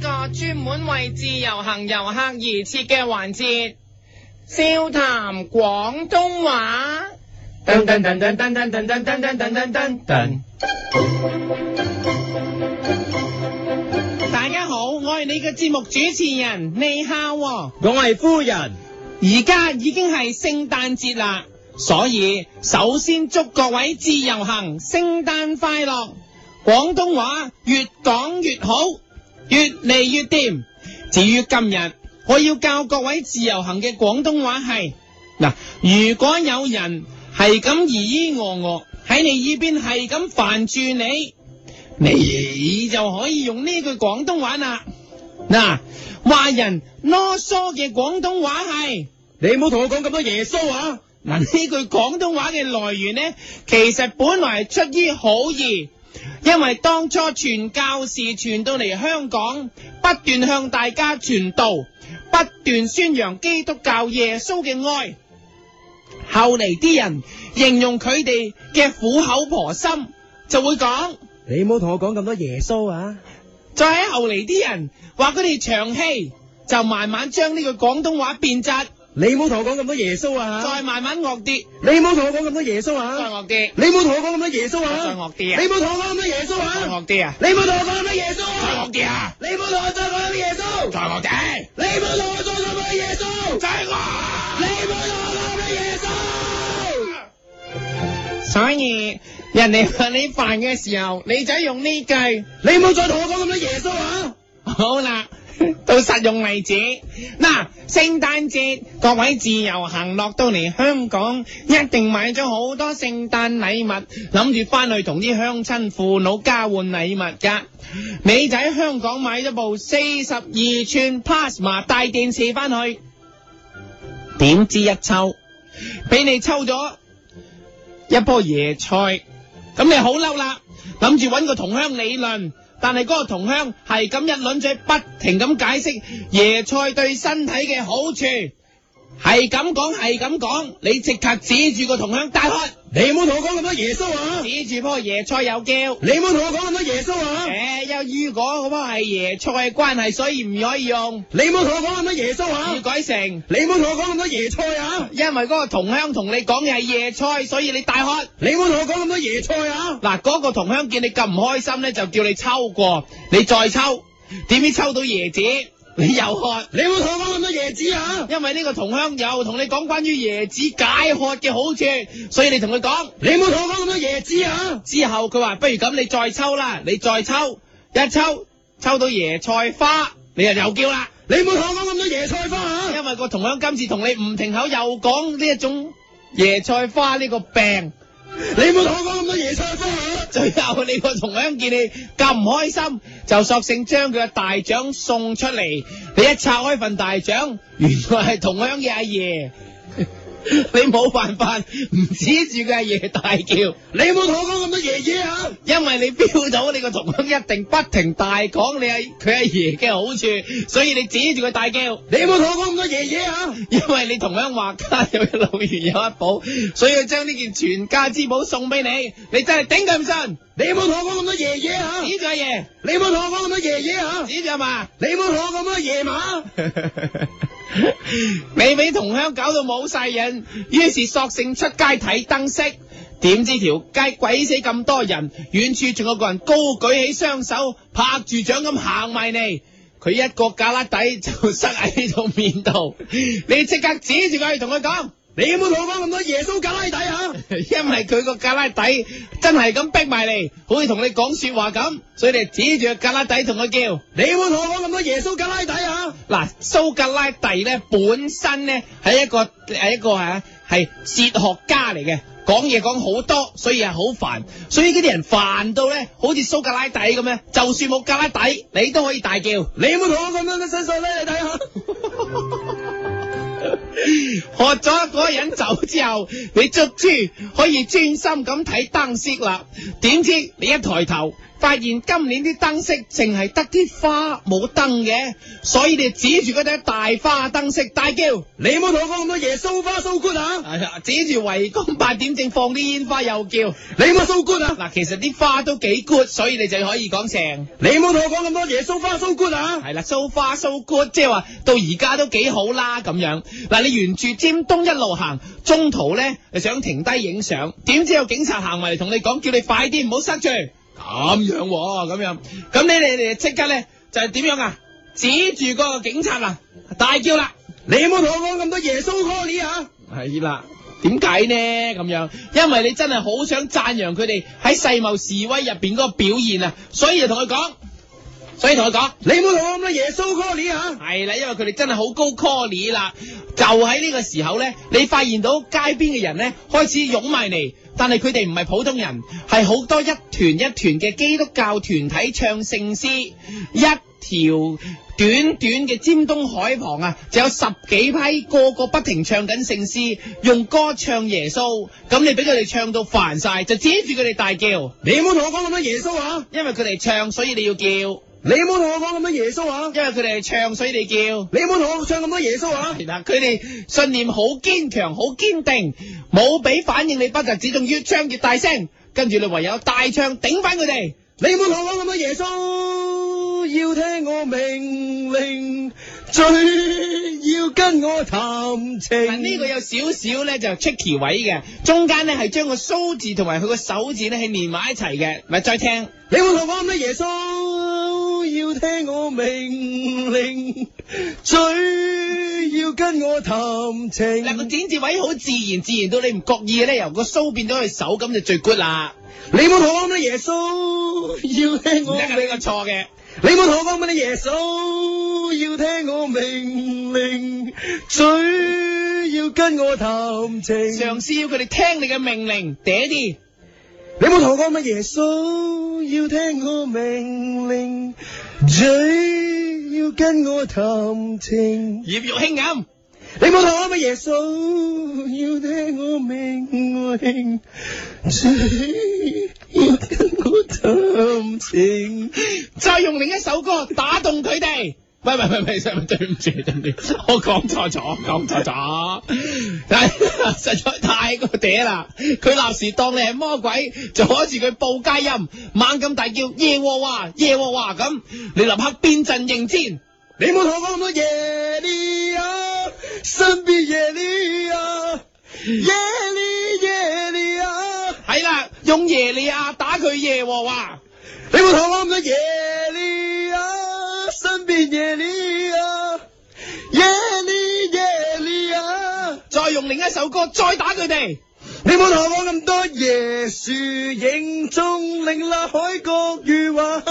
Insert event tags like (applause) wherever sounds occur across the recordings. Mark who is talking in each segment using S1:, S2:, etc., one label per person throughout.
S1: 個專門為自由行遊客而設嘅環節，笑談廣東話。
S2: 噔噔噔噔噔噔噔噔噔噔噔噔噔。
S1: 大家好，我係你嘅節目主持人，你好喎、
S2: 我係夫人，
S1: 而家已經係聖誕節啦，所以首先祝各位自由行聖誕快樂，廣東話越講越好，越嚟越掂。至於今日，我要教各位自由行嘅廣東話係嗱，如果有人係咁疑疑我我喺你耳邊係咁煩住你，你就可以用呢句廣東話啦。嗱，話人囉嗦嘅廣東話係。
S2: 你唔好同我講咁多耶穌啊！
S1: 嗱，呢句廣東話嘅來源呢，其實本來係出於好意，因為當初傳教士傳到嚟香港，不斷向大家傳道，不斷宣揚基督教耶穌嘅愛。後嚟啲人形容佢哋嘅苦口婆心，就會講，
S2: 你唔好同我講咁多耶穌啊！
S1: 再喺後嚟啲人話佢哋長氣，就慢慢將呢句廣東話變質，
S2: 你唔好同我講咁多耶穌啊！
S1: 再慢慢惡啲，
S2: 你唔好同我講咁多耶穌
S1: 再
S2: 啊！
S1: 惡啲，
S2: 你唔好同我講咁多耶穌
S1: 再
S2: 啊！
S1: 惡啲啊
S2: 你！唔好同我講咁多耶穌
S1: 再
S2: 啊！
S1: 惡啲啊！
S2: 你唔好同我講咁多耶穌
S1: 再
S2: 啊
S1: 惡！啲啊！
S2: 你唔好同我再講咁多耶穌！
S1: 再惡啲！
S2: 你唔好同我再講咁多耶穌！
S1: 再惡！
S2: 你唔好同我講咁多耶穌！
S1: 啊所以人哋話你煩嘅時候，你就用呢句。
S2: 你唔好再同我講咁多耶穌啊！
S1: 好啦，到實用例子。嗱，聖誕節各位自由行落到嚟香港，一定買咗好多聖誕禮物，諗住翻去同啲鄉親父老交換禮物㗎。你就喺香港買咗部四十二寸 Pasma 大電視翻去，點知一抽，俾你抽咗一棵椰菜，咁你好嬲啦，諗住揾個同鄉理論。但係嗰個同鄉係咁一輪嘴，不停咁解釋椰菜對身體嘅好處，係咁講係咁講，你即刻指住個同鄉大喝，
S2: 你唔好同我講咁多耶穌啊！
S1: 指住棵椰菜又叫。
S2: 你唔好同我講咁多耶
S1: 誒、
S2: 穌啊！
S1: 由於嗰棵係椰菜嘅關係，所以唔可以用，
S2: 你唔好同我講咁多耶穌
S1: 要
S2: 啊！
S1: 改成
S2: 你唔好同我講咁多椰菜啊！
S1: 因為嗰個同鄉同你講嘅係椰菜，所以你大喝。
S2: 你唔好同我講咁多椰菜啊！
S1: 嗱，嗰個同鄉見你咁唔開心咧，就叫你抽過，你再抽，點知抽到椰子，你又喝。
S2: 你唔好同我講咁多椰子啊！
S1: 因為呢個同鄉又同你講關於椰子解渴嘅好處，所以你同佢講
S2: 你唔好同我講咁多椰子啊！
S1: 之後，佢話不如咁，你再抽啦，你再抽一抽，抽到椰菜花，你就又叫啦。
S2: 你唔好同我講咁多椰菜花啊！
S1: 因為個同鄉今次同你唔停口，又講呢一種椰菜花呢個病，
S2: 你唔好同我講咁多椰菜花啊！
S1: (laughs) 最後你個同鄉見你咁唔開心，就索性將佢嘅大獎送出嚟。你一拆開份大獎，原來係同鄉嘅阿爺， (laughs) 你冇辦法唔指住佢阿爺大叫。
S2: 你唔好同我講咁多爺爺啊！
S1: 因為你標到你個同鄉一定不停大講你阿佢阿爺嘅好處，所以你指住佢大叫。
S2: 你唔好同我講咁多爺爺啊！
S1: 因為你同鄉話家有一老如有一寶，所以佢將呢件全家之寶送俾你，你真係頂佢唔順。
S2: 你唔好同我講咁多爺爺啊！
S1: 指住阿爺，
S2: 你唔好同我講咁多爺爺啊！
S1: 指住阿嫲，
S2: 你唔好同我講咁多爺嫲！
S1: (laughs) 你俾同鄉搞到冇晒癮，於是索性出街睇燈飾。點知條街鬼死咁多人，遠處仲有個人高舉起雙手，拍住掌咁行埋嚟。佢一個架旯底就塞喺度面度， (laughs) 你即刻指住佢同佢講， (laughs)
S2: 你唔好同我講咁多耶穌架拉底啊！
S1: 因為佢個架旯底真係咁逼埋嚟，好似同你講說話咁，所以你指住個架旯底同佢叫。
S2: 你唔好同我講咁多耶穌架拉底啊！
S1: 嗱，蘇格拉底咧本身咧係一個係一個啊係哲學家嚟嘅，講嘢講好多，所以係啊好煩，所以嗰啲人煩到咧，好似蘇格拉底咁咧，就算冇格拉底，你都可以大叫。
S2: 你唔好同我講咁多身上咧，你睇下。
S1: 學咗嗰個人走之後，你捉豬可以專心咁睇燈飾啦。點知你一抬頭，發現今年啲燈飾淨係得啲花冇燈嘅，所以你指住嗰頂大花燈飾大叫。
S2: 你冇同我講咁多嘢，蘇花蘇 good 啊！
S1: 係啊，指住圍攻八點正放啲煙花又叫。
S2: 你冇蘇 good 啊！
S1: 嗱，其實啲花都幾 good，所以你就可以講成
S2: 你冇同我講咁多嘢，蘇花蘇 good 啊！
S1: 係啦，so far so good，即係話到而家都幾好啦咁樣。嗱，你沿住尖東一路行，中途咧就想停低影相，點知有警察行埋嚟同你講，叫你快啲唔好塞住，咁樣喎咁樣。咁你哋你哋即刻咧就係點樣啊？指住嗰個警察啊，大叫啦！
S2: 你冇同我講咁多耶穌 call 啊！
S1: 係啦。點解呢？咁樣，因為你真係好想讚揚佢哋喺世貿示威入邊嗰個表現啊，所以就同佢講，所以同佢講。
S2: 你冇同我咁多耶穌 call 啊！
S1: 係啦，因為佢哋真係好高 call 啦。就喺呢個時候咧，你發現到街邊嘅人咧開始湧埋嚟，但係佢哋唔係普通人，係好多一團一團嘅基督教團體唱聖詩，一條短短嘅尖東海旁啊，就有十幾批，個個不停唱緊聖詩，用歌唱耶穌。咁你俾佢哋唱到煩晒，就指住佢哋大叫，
S2: 你冇同我講咁多耶穌啊！
S1: 因為佢哋唱，所以你要叫；因
S2: 你冇同我講咁多耶穌啊！
S1: 為佢哋唱，所以你叫。
S2: 你冇同我唱咁多耶穌啊！
S1: 係啦，佢哋信念好堅強，好堅定，冇俾反應你不特止，仲越唱越大聲，跟住你唯有大唱頂翻佢哋。
S2: 你冇同我講咁多耶穌，要聽我命令，最要跟我談
S1: 嗱
S2: 情。
S1: 呢個有少少咧就 tricky 位嘅，中間咧係將個蘇字同埋佢個手字咧係連埋一齊嘅，咪再聽。
S2: 你冇同我講咁多耶穌，要聽我命令，最要跟我談情。
S1: 嗱個剪字位好自然，自然到你唔覺意咧由個蘇變咗去手，咁就最 good 啦。
S2: 你冇同我講咁多耶穌，要聽
S1: 唔
S2: 我
S1: 得㗎，呢個
S2: 命。
S1: 錯嘅。
S2: 你冇同我講咁多耶穌，要聽我命令，最要跟我談情。
S1: 上司要佢哋聽你嘅命令，嗲啲。
S2: 你冇同我講乜耶穌，要聽我命令，最要跟我談情。
S1: 葉玉卿咁。
S2: 你冇同我講乜耶穌，要聽我命令，最要跟我談情。
S1: 再用另一首歌打動佢哋。喂喂喂喂，對唔住對唔住，我講錯咗，講錯咗，但係 (laughs) 實在太過嗲啦！佢立時當你係魔鬼，就可住佢報佳音，猛咁大叫耶和華耶和華咁，你立刻變陣迎戰。
S2: 你冇同我講咁多耶利亞，身邊耶利亞，耶利耶利亞。
S1: 係啦，用耶利亞打佢耶和華。
S2: 你冇同我講咁多耶利亞，身邊耶利亞，耶利耶利亞。
S1: 再用另一首歌再打佢哋， (laughs)
S2: 你冇同我講咁多耶樹影中令那海角如畫。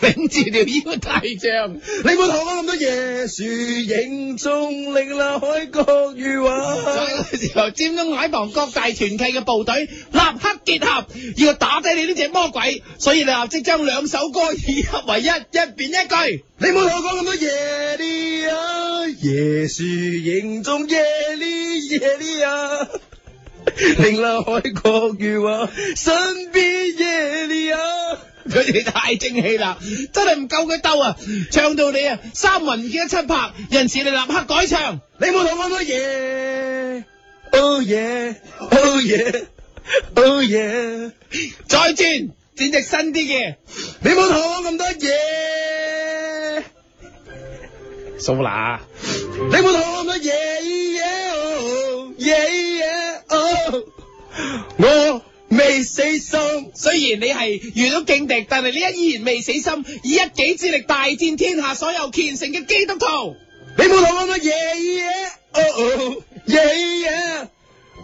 S1: 擰住條腰大將。
S2: 你冇同我講咁多耶樹影中令那海角如
S1: 所以
S2: 畫。
S1: 嗰時候，尖東海旁各大團契嘅部隊立刻結合，要打低你呢隻魔鬼，所以你立即將兩首歌二合為一，一變一句。
S2: 你冇同我講咁多耶利亞，耶樹影中耶利耶利啊亞，令那海角如畫，啊身邊耶利啊亞。
S1: 佢哋太正氣啦，真係唔夠佢鬥啊！唱到你啊，三魂唔見得七魄，有陣時你立刻改唱。
S2: 你冇同我講咁多耶，Oh yeah，Oh yeah，Oh yeah。
S1: 再轉，轉隻新啲嘅。
S2: 你冇同我講咁多耶，
S1: 蘇娜，
S2: 你冇同我咁多耶耶哦耶耶哦，我未死心。
S1: 雖然你係遇到勁敵，但係你一依然未死心，以一己之力大戰天下所有虔誠嘅基督徒。
S2: 你冇同我乜嘢嘢？哦哦，嘢嘢，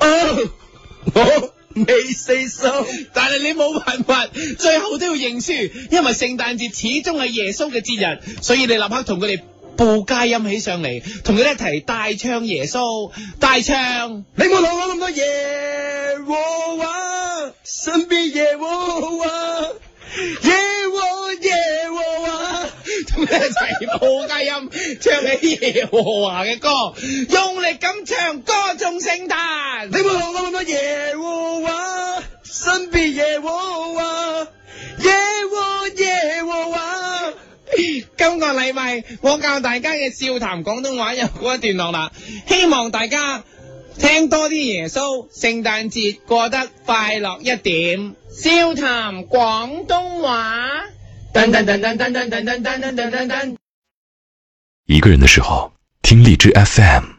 S2: 哦，我未死心。
S1: 但係你冇辦法， (laughs) 最後都要認輸，因為聖誕節始終係耶穌嘅節日，所以你立刻同佢哋報佳音起上嚟，同佢哋一齊大唱耶穌，大唱。 (laughs)
S2: 你冇同我咁多耶和華，身邊耶和華，耶和耶和華。
S1: 同佢一齊報佳音，唱起耶和華嘅歌，用力咁唱歌頌聖誕
S2: 你。冇同我咁多耶和華，身邊耶和華，耶和
S1: 今個禮拜我教大家嘅笑談廣東話又過一段落啦，希望大家聽多啲耶穌，聖誕節過得快樂一點。笑談廣東話。
S2: 噔噔噔噔噔噔噔噔噔噔噔噔。
S3: 一个人的时候，听荔枝 FM。